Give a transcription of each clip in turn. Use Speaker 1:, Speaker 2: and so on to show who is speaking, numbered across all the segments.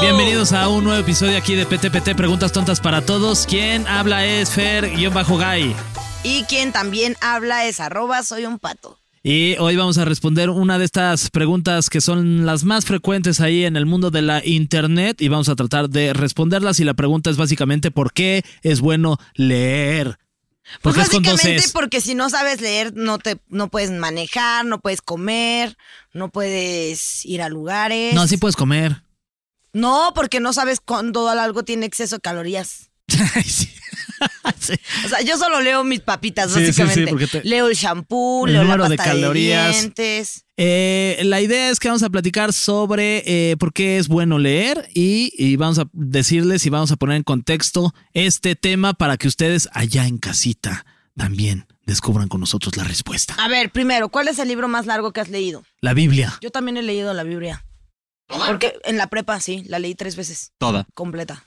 Speaker 1: Bienvenidos a un nuevo episodio aquí de PTPT Preguntas Tontas para Todos. Quien habla es Fer-Guy.
Speaker 2: Y quien también habla es arroba soy un pato.
Speaker 1: Y hoy vamos a responder una de estas preguntas que son las más frecuentes ahí en el mundo de la internet y vamos a tratar de responderlas. Y la pregunta es básicamente ¿por qué es bueno leer?
Speaker 2: Pues
Speaker 1: Porque es con dos
Speaker 2: básicamente
Speaker 1: es.
Speaker 2: porque si no sabes leer, no te, no puedes manejar, no puedes comer, no puedes ir a lugares.
Speaker 1: No, sí puedes comer.
Speaker 2: No, porque no sabes cuándo algo tiene exceso de calorías.
Speaker 1: Ay, sí. Sí.
Speaker 2: O sea, yo solo leo mis papitas,
Speaker 1: Sí, sí, sí,
Speaker 2: básicamente.
Speaker 1: porque te-
Speaker 2: Leo el shampoo,
Speaker 1: El
Speaker 2: leo la
Speaker 1: número de
Speaker 2: pasta de,
Speaker 1: calorías.
Speaker 2: dientes.
Speaker 1: Eh, la idea es que vamos a platicar sobre eh, por qué es bueno leer y, y vamos a decirles y vamos a poner en contexto este tema para que ustedes allá en casita también descubran con nosotros la respuesta.
Speaker 2: A ver, primero, ¿cuál es el libro más largo que has leído?
Speaker 1: La Biblia.
Speaker 2: Yo también he leído la Biblia. Porque en la prepa, sí, la leí tres veces.
Speaker 1: Toda.
Speaker 2: Completa.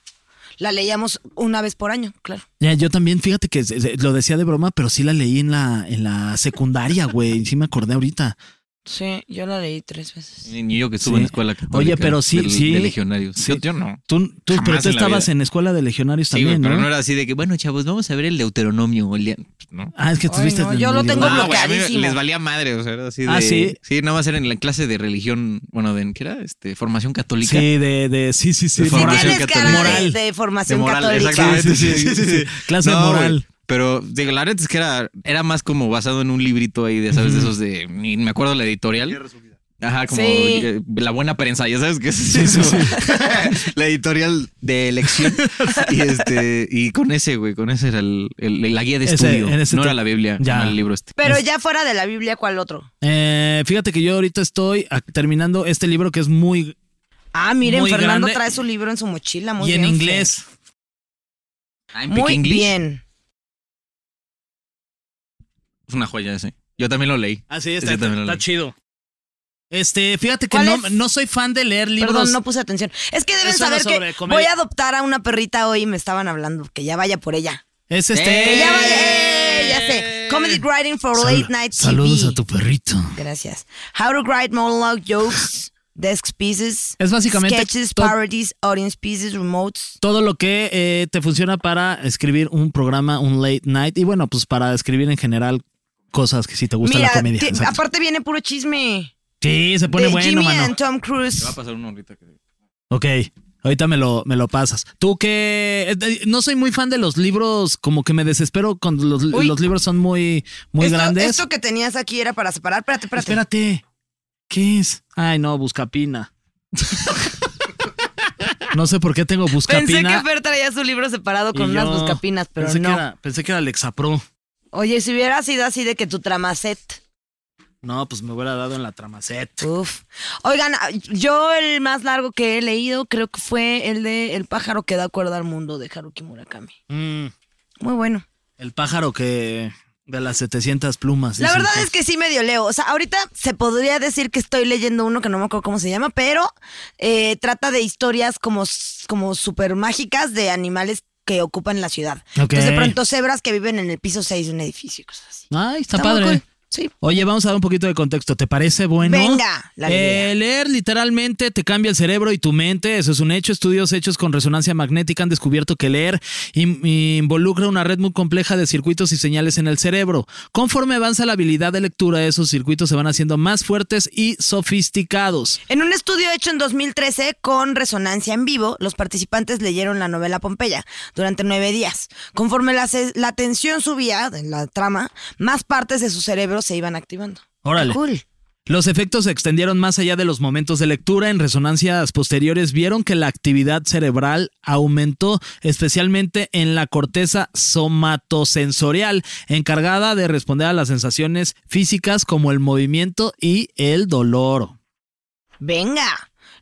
Speaker 2: La leíamos una vez por año, claro.
Speaker 1: Ya, yo también, fíjate que se- se- lo decía de broma, pero sí la leí en la, en la secundaria, güey. Sí me acordé ahorita.
Speaker 2: Sí, yo la leí tres veces.
Speaker 3: Ni yo que estuve
Speaker 1: Sí.
Speaker 3: en escuela católica
Speaker 1: Oye, pero sí,
Speaker 3: de,
Speaker 1: sí.
Speaker 3: de legionarios.
Speaker 1: Sí.
Speaker 3: Yo, yo no.
Speaker 1: Tú, tú- pero
Speaker 3: Jamás
Speaker 1: tú
Speaker 3: en la
Speaker 1: estabas
Speaker 3: vida.
Speaker 1: en escuela de legionarios
Speaker 3: Sí, güey,
Speaker 1: también,
Speaker 3: pero
Speaker 1: ¿no?
Speaker 3: no era así de que, bueno, chavos, vamos a ver el Deuteronomio. o el día- pues, ¿no?
Speaker 1: Ah, es que
Speaker 2: Ay,
Speaker 1: estuviste...
Speaker 2: no,
Speaker 1: en
Speaker 2: yo lo
Speaker 1: medio.
Speaker 2: tengo
Speaker 1: Ah,
Speaker 3: güey, a mí
Speaker 2: bloqueadísimo.
Speaker 3: les valía madre, o sea, era así de...
Speaker 1: Ah, ¿sí?
Speaker 3: Sí, nada más era en la clase de religión, bueno, de, ¿qué era? Este, formación católica.
Speaker 1: Sí, de, de... Sí, sí, sí.
Speaker 3: De
Speaker 2: Sí,
Speaker 1: moral.
Speaker 3: formación
Speaker 2: tienes cara de-
Speaker 1: Moral.
Speaker 2: de,
Speaker 3: De
Speaker 2: formación
Speaker 3: moral,
Speaker 2: católica.
Speaker 3: exactamente.
Speaker 1: Sí, sí, sí, sí, sí. Clase
Speaker 3: No, güey,
Speaker 1: moral.
Speaker 3: Pero digo, la neta es que era, era más como basado en un librito ahí de, ¿sabes? De esos de, ni me acuerdo la editorial. Ajá, como
Speaker 2: Sí.
Speaker 3: eh, la buena prensa, ya sabes que es eso. la editorial de elección. y este, y con ese, güey, con ese era el, el- la guía de
Speaker 1: Ese-
Speaker 3: estudio.
Speaker 1: en ese
Speaker 3: no
Speaker 1: te-
Speaker 3: era la Biblia,
Speaker 1: Ya.
Speaker 3: no era el libro este.
Speaker 2: Pero ya fuera de la Biblia, ¿cuál otro?
Speaker 1: Eh, fíjate que yo ahorita estoy a- terminando este libro que es muy...
Speaker 2: Ah, miren,
Speaker 1: Muy
Speaker 2: Fernando
Speaker 1: grande.
Speaker 2: trae su libro en su mochila. Muy
Speaker 1: y en
Speaker 2: bien,
Speaker 1: inglés.
Speaker 3: Ah,
Speaker 2: Fer.
Speaker 3: en
Speaker 2: Muy
Speaker 3: Pick English.
Speaker 2: bien.
Speaker 3: Es una joya ese. Yo también lo leí.
Speaker 1: Así
Speaker 3: está- está
Speaker 1: chido. Este, fíjate que
Speaker 2: ¿Cuál
Speaker 1: no,
Speaker 2: es?
Speaker 1: no soy fan de leer libros.
Speaker 2: Perdón, no puse atención. Es que deben
Speaker 1: Eso era
Speaker 2: saber
Speaker 1: sobre
Speaker 2: que
Speaker 1: comedia.
Speaker 2: voy a adoptar a una perrita hoy y me estaban hablando que ya vaya por ella.
Speaker 1: Es este...
Speaker 2: Que ya vaya,
Speaker 3: ¡Eh!
Speaker 2: ¡eh! ya sé. Comedy Writing for
Speaker 1: Sal-
Speaker 2: Late Night TV.
Speaker 1: Saludos a tu perrito.
Speaker 2: Gracias. How to write monologue jokes, desk pieces,
Speaker 1: Es básicamente
Speaker 2: sketches,
Speaker 1: to-
Speaker 2: parodies, audience pieces, remotes.
Speaker 1: Todo lo que eh, te funciona para escribir un programa, un late night, y bueno, pues para escribir en general cosas que sí te gusta la comedia.
Speaker 2: ti-
Speaker 1: exacto.
Speaker 2: aparte viene puro chisme.
Speaker 1: Sí, se pone
Speaker 2: de
Speaker 1: bueno,
Speaker 2: Jimmy
Speaker 1: mano.
Speaker 2: and Tom Cruise.
Speaker 3: pasar uno ahorita que.
Speaker 1: Ok, ahorita me lo, me lo pasas. Tú que eh, no soy muy fan de los libros, como que me desespero cuando los,
Speaker 2: Uy.
Speaker 1: los libros son muy, muy
Speaker 2: esto,
Speaker 1: grandes.
Speaker 2: esto que tenías aquí era para separar. Espérate, espérate.
Speaker 1: Espérate, ¿qué es? Ay, no, buscapina. no sé por qué tengo
Speaker 2: Pensé
Speaker 1: buscapina.
Speaker 2: que Fer traía su libro separado
Speaker 1: y
Speaker 2: con unas
Speaker 1: yo
Speaker 2: buscapinas, pero
Speaker 1: pensé Que
Speaker 2: no.
Speaker 1: era, pensé que era Lexapro.
Speaker 2: Oye, si hubiera sido así de que tu tramacet.
Speaker 1: No, pues me hubiera dado en la tramacet.
Speaker 2: Uf. Oigan, ah, yo el más largo que he leído creo que fue el de El pájaro que da cuerda al mundo de Haruki Murakami.
Speaker 1: Mm,
Speaker 2: Muy bueno.
Speaker 1: el pájaro que de las 700 plumas.
Speaker 2: La
Speaker 1: dicen
Speaker 2: verdad es que sí medio leo. O sea, ahorita se podría decir que estoy leyendo uno que no me acuerdo cómo se llama, pero eh, trata de historias como, s- como súper mágicas de animales que ocupan la ciudad.
Speaker 1: Ok.
Speaker 2: Entonces, de pronto, cebras que viven en el piso 6 de un edificio y cosas así.
Speaker 1: Ay, está,
Speaker 2: Está muy
Speaker 1: padre.
Speaker 2: cool. Sí.
Speaker 1: Oye, vamos a dar un poquito de contexto. ¿Te parece bueno?
Speaker 2: Venga, la
Speaker 1: Eh,
Speaker 2: idea.
Speaker 1: leer literalmente te cambia el cerebro y tu mente. Eso es un hecho. Estudios hechos con resonancia magnética han descubierto que leer im- involucra una red muy compleja de circuitos y señales en el cerebro. Conforme avanza la habilidad de lectura, esos circuitos se van haciendo más fuertes y sofisticados.
Speaker 2: En un estudio hecho en 2013 con resonancia en vivo, los participantes leyeron la novela Pompeya durante nueve días. Conforme la, se- la tensión subía en la trama, más partes de su cerebro se iban activando.
Speaker 1: Órale.
Speaker 2: Cool.
Speaker 1: Los efectos se extendieron más allá de los momentos de lectura. En resonancias posteriores vieron que la actividad cerebral aumentó, especialmente en la corteza somatosensorial, encargada de responder a las sensaciones físicas como el movimiento y el dolor.
Speaker 2: Venga.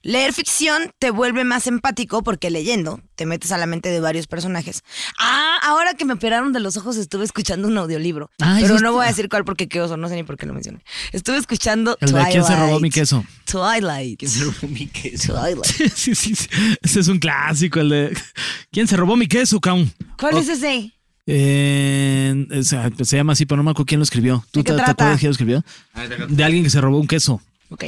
Speaker 2: Leer ficción te vuelve más empático porque leyendo te metes a la mente de varios personajes. Ah, ahora que me operaron de los ojos estuve escuchando un audiolibro.
Speaker 1: Ay,
Speaker 2: pero
Speaker 1: sí
Speaker 2: no
Speaker 1: está-
Speaker 2: voy a decir cuál porque qué oso, no sé ni por qué lo mencioné. Estuve escuchando
Speaker 1: El de
Speaker 2: Twilight.
Speaker 1: quién se robó mi queso.
Speaker 2: Twilight. Twilight.
Speaker 1: sí, sí, sí. Ese es un clásico, el de... ¿Quién se robó mi queso, Kaun?
Speaker 2: ¿Cuál
Speaker 1: O-
Speaker 2: es ese?
Speaker 1: Eh, o sea, se llama así, pero no me acuerdo quién lo escribió. ¿Tú
Speaker 2: ¿De qué
Speaker 1: te, te
Speaker 2: trata?
Speaker 1: acuerdas quién lo escribió? De alguien que se robó un queso.
Speaker 2: Ok.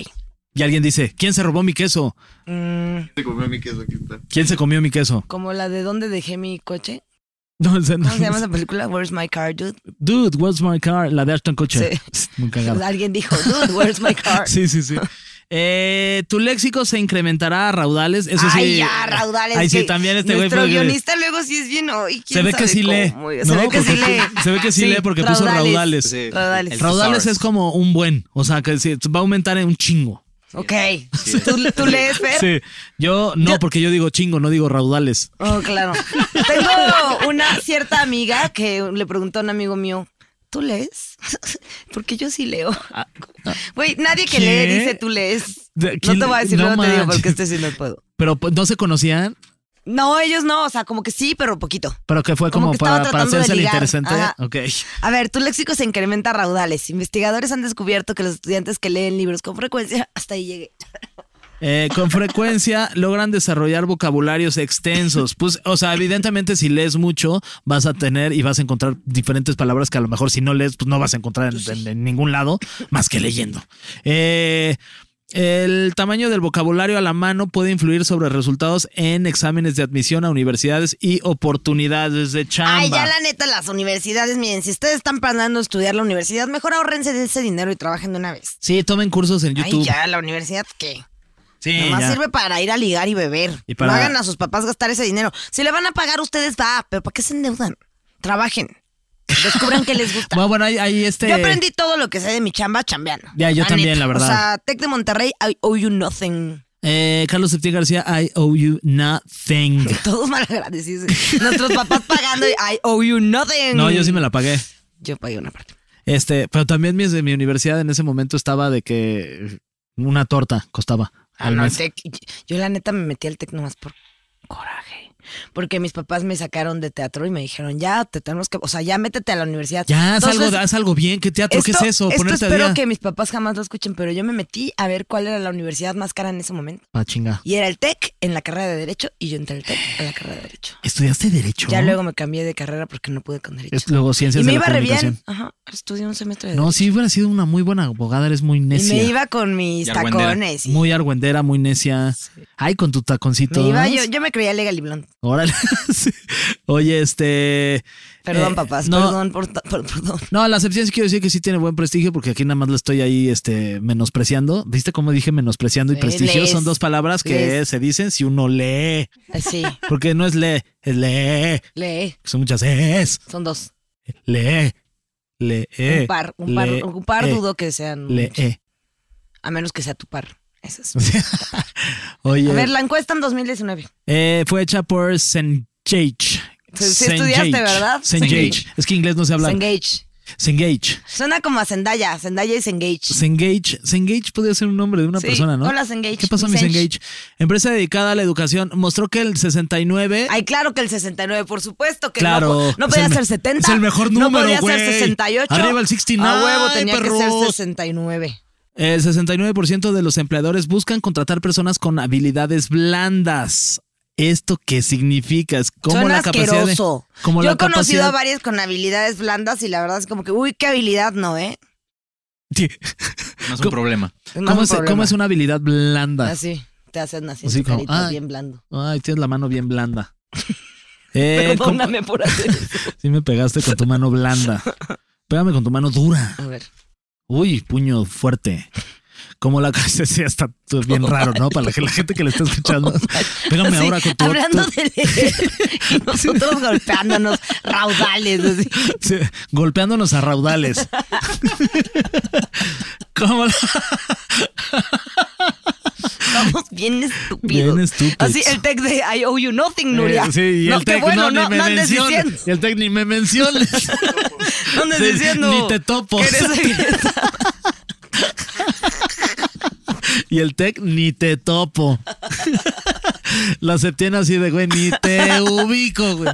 Speaker 1: Y alguien dice, ¿quién se robó mi queso?
Speaker 2: Mm,
Speaker 1: ¿Quién se comió mi queso?
Speaker 2: como la de dónde dejé mi coche.
Speaker 1: No, o sea, no.
Speaker 2: ¿Cómo se llama esa película? Where's my car, dude?
Speaker 1: Dude, what's my car? La de Ashton Kutcher. Muy cagada.
Speaker 2: Alguien dijo, dude, where's my car?
Speaker 1: Sí, sí, sí. Eh, tu léxico se incrementará a raudales. Eso sí.
Speaker 2: Ay, ya, raudales.
Speaker 1: Ahí sí,
Speaker 2: que
Speaker 1: también este güey.
Speaker 2: Nuestro
Speaker 1: porque-
Speaker 2: guionista luego sí es bien. ay, quién
Speaker 1: Se ve que
Speaker 2: sabe
Speaker 1: sí lee.
Speaker 2: cómo, Se
Speaker 1: ¿no?
Speaker 2: ve que sí
Speaker 1: Porque-
Speaker 2: lee.
Speaker 1: Se ve que sí,
Speaker 2: Sí,
Speaker 1: lee porque puso
Speaker 2: raudales.
Speaker 1: raudales.
Speaker 3: Sí.
Speaker 2: Raudales.
Speaker 3: El
Speaker 1: Raudales es
Speaker 3: thesaurus.
Speaker 1: como un buen. O sea, que sí, va a aumentar en un chingo.
Speaker 2: Ok. ¿Tú, tú lees, Fer?
Speaker 1: Sí. Yo no, porque yo digo chingo, no digo raudales.
Speaker 2: Oh, claro. Tengo una cierta amiga que le preguntó a un amigo mío, ¿tú lees? Porque yo sí leo. Güey, nadie que
Speaker 1: Ah. ¿Qué?
Speaker 2: lee dice tú lees.
Speaker 1: ¿De-
Speaker 2: No
Speaker 1: quién
Speaker 2: te voy a
Speaker 1: le-
Speaker 2: decir,
Speaker 1: no
Speaker 2: luego te digo
Speaker 1: manches.
Speaker 2: porque este sí no puedo.
Speaker 1: Pero pues, no se conocían,
Speaker 2: No, ellos no, o sea, como que sí, pero poquito.
Speaker 1: pero que fue
Speaker 2: Como
Speaker 1: como,
Speaker 2: que estaba
Speaker 1: para, para
Speaker 2: tratando de
Speaker 1: hacerse el
Speaker 2: ligar.
Speaker 1: interesante.
Speaker 2: Ajá.
Speaker 1: Ok.
Speaker 2: A ver, tu léxico se incrementa a raudales. Investigadores han descubierto que los estudiantes que leen libros con frecuencia, hasta ahí llegué.
Speaker 1: Eh, con frecuencia logran desarrollar vocabularios extensos. Pues, o sea, evidentemente si lees mucho, vas a tener y vas a encontrar diferentes palabras que a lo mejor si no lees, pues no vas a encontrar en, en- en ningún lado más que leyendo. Eh, El tamaño del vocabulario a la mano puede influir sobre resultados en exámenes de admisión a universidades y oportunidades de chamba.
Speaker 2: Ay, ya la neta, las universidades, miren, si ustedes están planeando estudiar la universidad, mejor ahórrense de ese dinero y trabajen de una vez.
Speaker 1: Sí, tomen cursos en YouTube.
Speaker 2: Ay, ya, la universidad, ¿qué?
Speaker 1: Sí,
Speaker 2: Nomás
Speaker 1: ya.
Speaker 2: sirve para ir a ligar y beber.
Speaker 1: Y para-
Speaker 2: No hagan a sus papás gastar ese dinero. Si le van a pagar, ustedes va, pero ¿para qué se endeudan? Trabajen. Descubran qué les gusta.
Speaker 1: Bueno, bueno, ahí, ahí este.
Speaker 2: Yo aprendí todo lo que sé de mi chamba chambeando.
Speaker 1: Ya, yo también, la verdad.
Speaker 2: O sea, Tec de Monterrey, I owe you nothing.
Speaker 1: Eh, Carlos Septién García, I owe you nothing.
Speaker 2: Todos malagradecidos. Nuestros papás pagando y I owe you nothing.
Speaker 1: No, yo sí me la pagué.
Speaker 2: Yo pagué una parte.
Speaker 1: Este, pero también mi, mi universidad en ese momento estaba de que una torta costaba.
Speaker 2: Ah,
Speaker 1: al
Speaker 2: no,
Speaker 1: mes.
Speaker 2: Tec- yo la neta me metí al Tec nomás por coraje. Porque mis papás me sacaron de teatro y me dijeron, ya, te tenemos que... O sea, ya métete a la universidad.
Speaker 1: Ya, haz
Speaker 2: Dos
Speaker 1: algo,
Speaker 2: veces-
Speaker 1: haz algo bien. ¿Qué teatro? ¿Qué es
Speaker 2: Esto-
Speaker 1: eso?
Speaker 2: esto
Speaker 1: Ponerte
Speaker 2: espero
Speaker 1: a día.
Speaker 2: que mis papás jamás lo escuchen, pero yo me metí a ver cuál era la universidad más cara en ese momento.
Speaker 1: Ah, chinga.
Speaker 2: Y era el TEC en la carrera de Derecho y yo entré al TEC en la carrera de Derecho.
Speaker 1: ¿Estudiaste Derecho?
Speaker 2: Ya luego me cambié de carrera porque no pude con Derecho.
Speaker 1: Es- luego Ciencias
Speaker 2: y me
Speaker 1: de
Speaker 2: iba
Speaker 1: la
Speaker 2: re bien.
Speaker 1: Comunicación.
Speaker 2: Ajá, estudié un semestre de
Speaker 1: No,
Speaker 2: Derecho.
Speaker 1: si hubiera sido una muy buena abogada, eres muy
Speaker 2: Y
Speaker 1: necia.
Speaker 2: me iba con mis
Speaker 3: Y argüendera.
Speaker 2: tacones. y
Speaker 1: Muy argüendera, muy necia. Ay, con tu taconcito.
Speaker 2: me iba, yo, yo me creía Legal y Blonde.
Speaker 1: Órale. Sí. Oye, este.
Speaker 2: Perdón,
Speaker 1: eh,
Speaker 2: papás,
Speaker 1: no,
Speaker 2: perdón, por, ta- por- perdón.
Speaker 1: No, la excepción sí quiero decir que sí tiene buen prestigio porque aquí nada más lo estoy ahí este, menospreciando. ¿Viste cómo dije menospreciando y
Speaker 2: Sí,
Speaker 1: prestigio?
Speaker 2: lees,
Speaker 1: Son dos palabras que
Speaker 2: lees.
Speaker 1: se dicen si uno lee.
Speaker 2: Sí,
Speaker 1: Porque no es lee, es lee.
Speaker 2: lee,
Speaker 1: Son muchas es. e,
Speaker 2: son dos.
Speaker 1: Lee. Lee.
Speaker 2: un par, un par,
Speaker 1: lee,
Speaker 2: un par
Speaker 1: eh,
Speaker 2: dudo que sean,
Speaker 1: Lee.
Speaker 2: a menos que sea tu par. Eso es.
Speaker 1: Oye,
Speaker 2: A ver, la encuesta en 2019.
Speaker 1: eh, fue hecha por Cengage.
Speaker 2: Sí, sí estudiaste, ¿verdad?
Speaker 1: Cengage. Es que inglés no se habla.
Speaker 2: Engage.
Speaker 1: Cengage.
Speaker 2: Suena como a Zendaya. Zendaya es Engage.
Speaker 1: Cengage. Cengage podría ser un nombre de una
Speaker 2: Sí.
Speaker 1: persona, ¿no?
Speaker 2: Hola, Cengage.
Speaker 1: ¿Qué pasó, Miss
Speaker 2: Miss
Speaker 1: Engage? Empresa dedicada a la educación mostró que el 69.
Speaker 2: Ay, claro que el 69, por supuesto que
Speaker 1: claro.
Speaker 2: no. po- No
Speaker 1: es
Speaker 2: podía
Speaker 1: el me-
Speaker 2: ser 70.
Speaker 1: Es el mejor
Speaker 2: No
Speaker 1: número,
Speaker 2: podía
Speaker 1: güey.
Speaker 2: ser 68.
Speaker 1: Arriba el 69.
Speaker 2: A huevo tenía que ser
Speaker 1: perros.
Speaker 2: 69.
Speaker 1: El 69% de los empleadores buscan contratar personas con habilidades blandas. ¿Esto qué significa? Es como
Speaker 2: Suena
Speaker 1: la capacidad. de-
Speaker 2: asqueroso.
Speaker 1: como
Speaker 2: Yo
Speaker 1: la
Speaker 2: he conocido
Speaker 1: capacidad-
Speaker 2: a varias con habilidades blandas y la verdad es como que, uy, qué habilidad no, ¿eh?
Speaker 1: Sí.
Speaker 3: No es
Speaker 1: ¿Cómo-
Speaker 3: un problema.
Speaker 2: Es más
Speaker 1: ¿Cómo
Speaker 2: un
Speaker 1: es, cómo
Speaker 2: problema.
Speaker 1: es una habilidad blanda?
Speaker 2: Así, te hacen así,
Speaker 1: Así
Speaker 2: tu
Speaker 1: como, ah.
Speaker 2: carita
Speaker 1: ay.
Speaker 2: bien blando.
Speaker 1: Ay, tienes la mano bien blanda. Eh, ¿cómo-
Speaker 2: Perdóname por hacer eso.
Speaker 1: Sí me pegaste con tu mano blanda. Pégame con tu mano dura.
Speaker 2: A ver.
Speaker 1: Uy, puño fuerte. como la casa sí, está todo bien raro, ¿no? Para la, la gente que le está escuchando. Pégame
Speaker 2: Sí,
Speaker 1: ahora con tu
Speaker 2: hablando
Speaker 1: tu-
Speaker 2: de leer y nosotros golpeándonos raudales. así.
Speaker 1: Sí, golpeándonos a raudales. como la-
Speaker 2: Estamos bien estúpidos.
Speaker 1: Bien estúpidos.
Speaker 2: Así el tech de I owe you nothing, Nuria.
Speaker 1: Eh, sí, y
Speaker 2: no,
Speaker 1: el
Speaker 2: qué
Speaker 1: tec
Speaker 2: bueno,
Speaker 1: no,
Speaker 2: no,
Speaker 1: ni
Speaker 2: no
Speaker 1: me
Speaker 2: andes
Speaker 1: menciona.
Speaker 2: diciendo.
Speaker 1: Y el tec ni me menciones.
Speaker 2: No andes
Speaker 1: Sí,
Speaker 2: diciendo.
Speaker 1: ni te topo.
Speaker 2: que eres secreta.
Speaker 1: Y el tec ni te topo. La septiena así de, güey, ni te ubico, güey.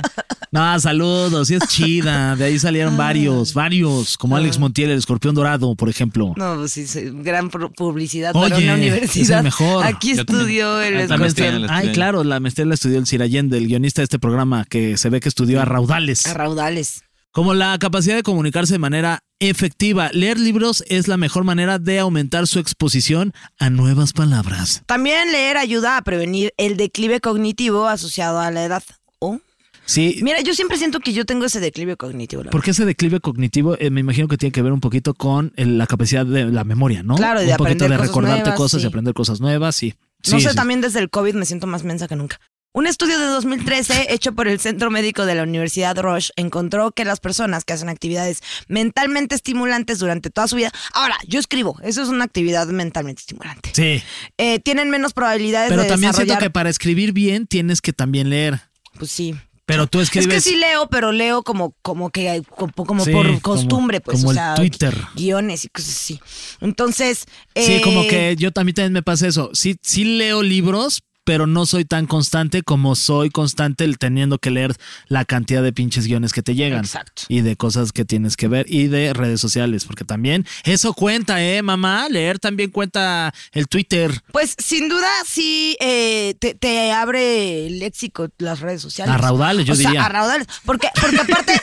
Speaker 1: No, saludos, sí es chida. De ahí salieron varios, varios, como Alex Montiel, el escorpión dorado, por ejemplo.
Speaker 2: No, pues sí, sí, gran pro- publicidad para
Speaker 1: Oye,
Speaker 2: una
Speaker 1: es el
Speaker 2: universidad.
Speaker 1: mejor.
Speaker 2: Aquí
Speaker 3: Yo
Speaker 2: estudió
Speaker 3: también.
Speaker 2: el
Speaker 3: Ah,
Speaker 2: escorpión.
Speaker 3: también estudié en la
Speaker 1: Ay,
Speaker 3: estudié.
Speaker 1: claro, la Mestel la estudió el Sirayende, el guionista de este programa, que se ve que estudió a raudales.
Speaker 2: A raudales.
Speaker 1: Como la capacidad de comunicarse de manera efectiva, leer libros es la mejor manera de aumentar su exposición a nuevas palabras.
Speaker 2: También leer ayuda a prevenir el declive cognitivo asociado a la edad. Oh.
Speaker 1: Sí,
Speaker 2: Mira, yo siempre siento que yo tengo ese declive cognitivo. la
Speaker 1: porque ese declive cognitivo eh, me imagino que tiene que ver un poquito con eh, la capacidad de la memoria, ¿no?
Speaker 2: Claro, y
Speaker 1: un
Speaker 2: de
Speaker 1: poquito
Speaker 2: aprender
Speaker 1: de
Speaker 2: cosas
Speaker 1: recordarte
Speaker 2: nuevas,
Speaker 1: cosas
Speaker 2: sí.
Speaker 1: y aprender cosas nuevas, sí.
Speaker 2: No
Speaker 1: Sí,
Speaker 2: sé,
Speaker 1: sí.
Speaker 2: también desde el COVID me siento más mensa que nunca. Un estudio de 2013 hecho por el Centro Médico de la Universidad Rush encontró que las personas que hacen actividades mentalmente estimulantes durante toda su vida, ahora yo escribo, eso es una actividad mentalmente estimulante,
Speaker 1: Sí,
Speaker 2: Eh, tienen menos probabilidades
Speaker 1: pero
Speaker 2: de
Speaker 1: también siento
Speaker 2: desarrollar.
Speaker 1: que para escribir bien tienes que también leer.
Speaker 2: Pues sí.
Speaker 1: Pero tú
Speaker 2: Es
Speaker 1: escribes.
Speaker 2: que sí leo, pero leo como, como que como, como
Speaker 1: Sí,
Speaker 2: por
Speaker 1: como-
Speaker 2: costumbre, pues.
Speaker 1: como
Speaker 2: o
Speaker 1: el
Speaker 2: sea,
Speaker 1: Twitter.
Speaker 2: Guiones y cosas así. Entonces.
Speaker 1: Sí,
Speaker 2: eh,
Speaker 1: como que yo también, también me pasa eso. Sí, sí leo libros, pero no soy tan constante como soy constante el teniendo que leer la cantidad de pinches guiones que te llegan.
Speaker 2: Exacto.
Speaker 1: Y de cosas que tienes que ver y de redes sociales, porque también eso cuenta, ¿eh, mamá? Leer también cuenta el Twitter.
Speaker 2: Pues sin duda sí eh, te, te abre el léxico las redes sociales.
Speaker 1: A raudales, yo
Speaker 2: O sea,
Speaker 1: diría.
Speaker 2: a raudales. Porque, porque aparte,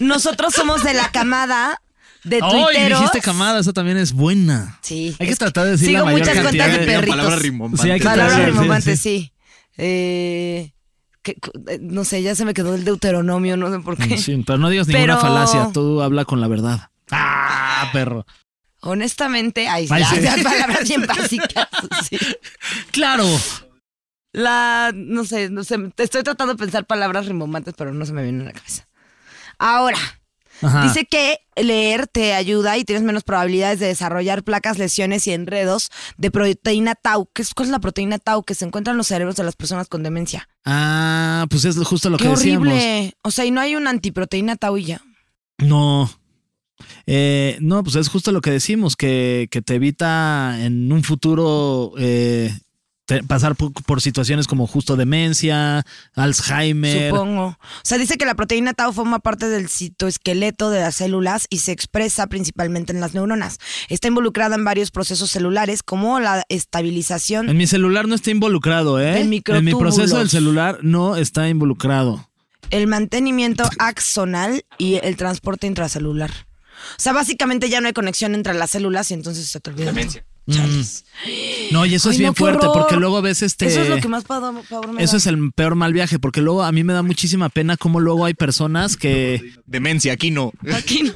Speaker 2: nosotros somos de la camada de
Speaker 1: ¡Ay,
Speaker 2: tuiteros.
Speaker 1: dijiste camada! Esa también es buena.
Speaker 2: Sí.
Speaker 1: Hay que
Speaker 2: Es que
Speaker 1: tratar de decir
Speaker 2: sigo
Speaker 1: la mayor
Speaker 2: muchas
Speaker 1: cantidad
Speaker 2: cuentas de
Speaker 1: de-
Speaker 2: perritos.
Speaker 3: Palabra rimbombante.
Speaker 1: Sí, hay que
Speaker 2: Palabra
Speaker 1: Sí, sí,
Speaker 2: rimbombante,
Speaker 1: sí.
Speaker 2: sí. Eh, que- eh, no sé, ya se me quedó el deuteronomio, no sé por qué.
Speaker 1: Mm, Sí, pero no digas ninguna
Speaker 2: Pero-
Speaker 1: falacia, tú habla con la verdad. ¡Ah, perro!
Speaker 2: Honestamente, ay,
Speaker 1: Ay,
Speaker 2: ya,
Speaker 1: sí.
Speaker 2: ya, palabras bien básicas. sí.
Speaker 1: ¡Claro!
Speaker 2: La, no sé, no sé, te estoy tratando de pensar palabras rimbombantes, pero no se me vienen a la cabeza. Ahora,
Speaker 1: Ajá.
Speaker 2: dice que leer te ayuda y tienes menos probabilidades de desarrollar placas, lesiones y enredos de proteína tau. ¿Qué es, ¿Cuál es la proteína tau que se encuentra en los cerebros de las personas con demencia?
Speaker 1: Ah, pues es justo lo
Speaker 2: Qué
Speaker 1: que decíamos.
Speaker 2: horrible. O sea, y no hay una antiproteína tau y ya.
Speaker 1: No. Eh, no, pues es justo lo que decimos, que, que te evita en un futuro eh, te- pasar por, por situaciones como justo demencia, Alzheimer.
Speaker 2: Supongo. O sea, dice que la proteína tau forma parte del citoesqueleto de las células y se expresa principalmente en las neuronas. Está involucrada en varios procesos celulares como la estabilización
Speaker 1: En mi celular no está involucrado, ¿eh?
Speaker 2: En
Speaker 1: en mi proceso
Speaker 2: microtúbulos.
Speaker 1: del celular no está involucrado.
Speaker 2: el mantenimiento axonal y el transporte intracelular. O sea, básicamente ya no hay conexión entre las células y entonces se te olvida. todo. Chales.
Speaker 1: No, y eso es
Speaker 2: Ay, no,
Speaker 1: bien
Speaker 2: qué
Speaker 1: fuerte,
Speaker 2: horror.
Speaker 1: porque luego ves este.
Speaker 2: Eso es lo que más pavo- pavor me
Speaker 1: Eso
Speaker 2: da.
Speaker 1: es el peor mal viaje, porque luego a mí me da muchísima pena cómo luego hay personas que.
Speaker 3: Demencia, aquí no.
Speaker 2: Aquí no.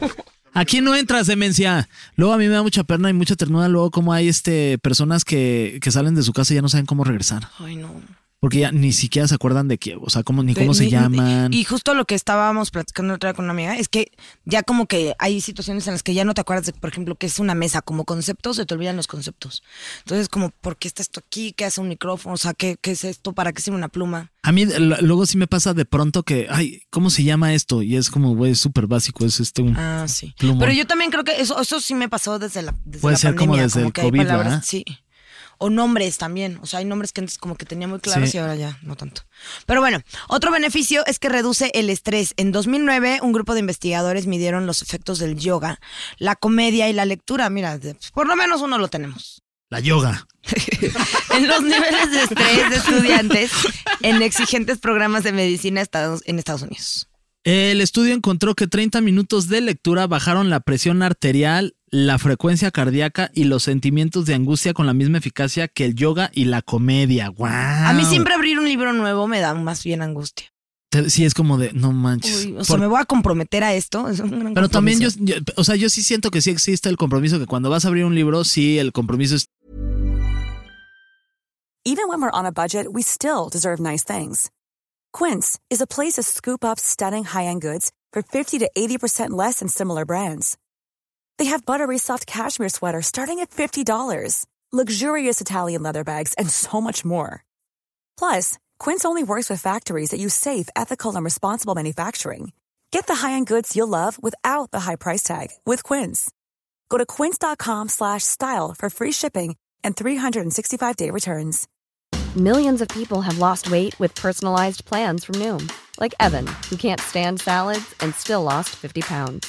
Speaker 1: Aquí no entras, demencia. Luego a mí me da mucha perna y mucha ternura. Luego, como hay este personas que, que salen de su casa y ya no saben cómo regresar.
Speaker 2: Ay, no.
Speaker 1: Porque ya ni siquiera se acuerdan de qué, o sea, cómo, ni cómo
Speaker 2: De-
Speaker 1: se
Speaker 2: ni-
Speaker 1: llaman.
Speaker 2: Y justo lo que estábamos platicando otra vez con una amiga es que ya como que hay situaciones en las que ya no te acuerdas de, por ejemplo, que es una mesa, como conceptos, se te olvidan los conceptos. Entonces, como, ¿por qué está esto aquí? ¿Qué hace un micrófono? O sea, ¿qué, qué es esto? ¿Para qué sirve una pluma?
Speaker 1: A mí l- luego sí me pasa de pronto que, ay, ¿cómo se llama esto? Y es como, güey, es súper básico, es este un...
Speaker 2: Ah, sí.
Speaker 1: Plumón.
Speaker 2: Pero yo también creo que eso, eso sí me pasó desde la desde
Speaker 1: Puede
Speaker 2: la
Speaker 1: ser como
Speaker 2: pandemia,
Speaker 1: desde el
Speaker 2: que hay
Speaker 1: COVID,
Speaker 2: palabras-
Speaker 1: ¿verdad?
Speaker 2: Sí. O nombres también. O sea, hay nombres que antes como que tenía muy claros
Speaker 1: Sí.
Speaker 2: y ahora ya no tanto. Pero bueno, otro beneficio es que reduce el estrés. En 2009, un grupo de investigadores midieron los efectos del yoga, la comedia y la lectura. Mira, de- pues, por lo menos uno lo tenemos
Speaker 1: La yoga.
Speaker 2: en los niveles de estrés de estudiantes en exigentes programas de medicina Estados- en Estados Unidos.
Speaker 1: El estudio encontró que 30 minutos de lectura bajaron la presión arterial, la frecuencia cardíaca y los sentimientos de angustia con la misma eficacia que el yoga y la comedia. ¡Guau!
Speaker 2: A mí siempre abrir un libro nuevo me da más bien angustia.
Speaker 1: te- sí es como de, no manches.
Speaker 2: Uy, o sea,
Speaker 1: Por-
Speaker 2: me voy a comprometer a esto. Es un gran
Speaker 1: pero también yo,
Speaker 2: compromiso.
Speaker 1: yo- o sea, yo sí siento que sí existe el compromiso, que cuando vas a abrir un libro, sí, el compromiso es
Speaker 4: Even when we're on a budget, we still deserve nice things. Quince is a place to scoop up stunning high-end goods for 50 to 80% less than similar brands. They have buttery soft cashmere sweaters starting at $50, luxurious Italian leather bags, and so much more. Plus, Quince only works with factories that use safe, ethical, and responsible manufacturing. Get the high-end goods you'll love without the high price tag with Quince. Go to quince.com/style slash style for free shipping and 365-day returns.
Speaker 5: Millions of people have lost weight with personalized plans from Noom, like Evan, who can't stand salads and still lost 50 pounds.